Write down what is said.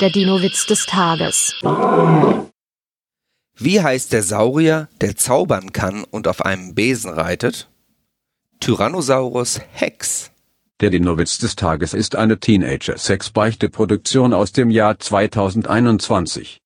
Der Dino-Witz des Tages. Wie heißt der Saurier, der zaubern kann und auf einem Besen reitet? Tyrannosaurus Hex. Der Dinowitz des Tages ist eine Teenager-Sex-Beichte-Produktion aus dem Jahr 2021.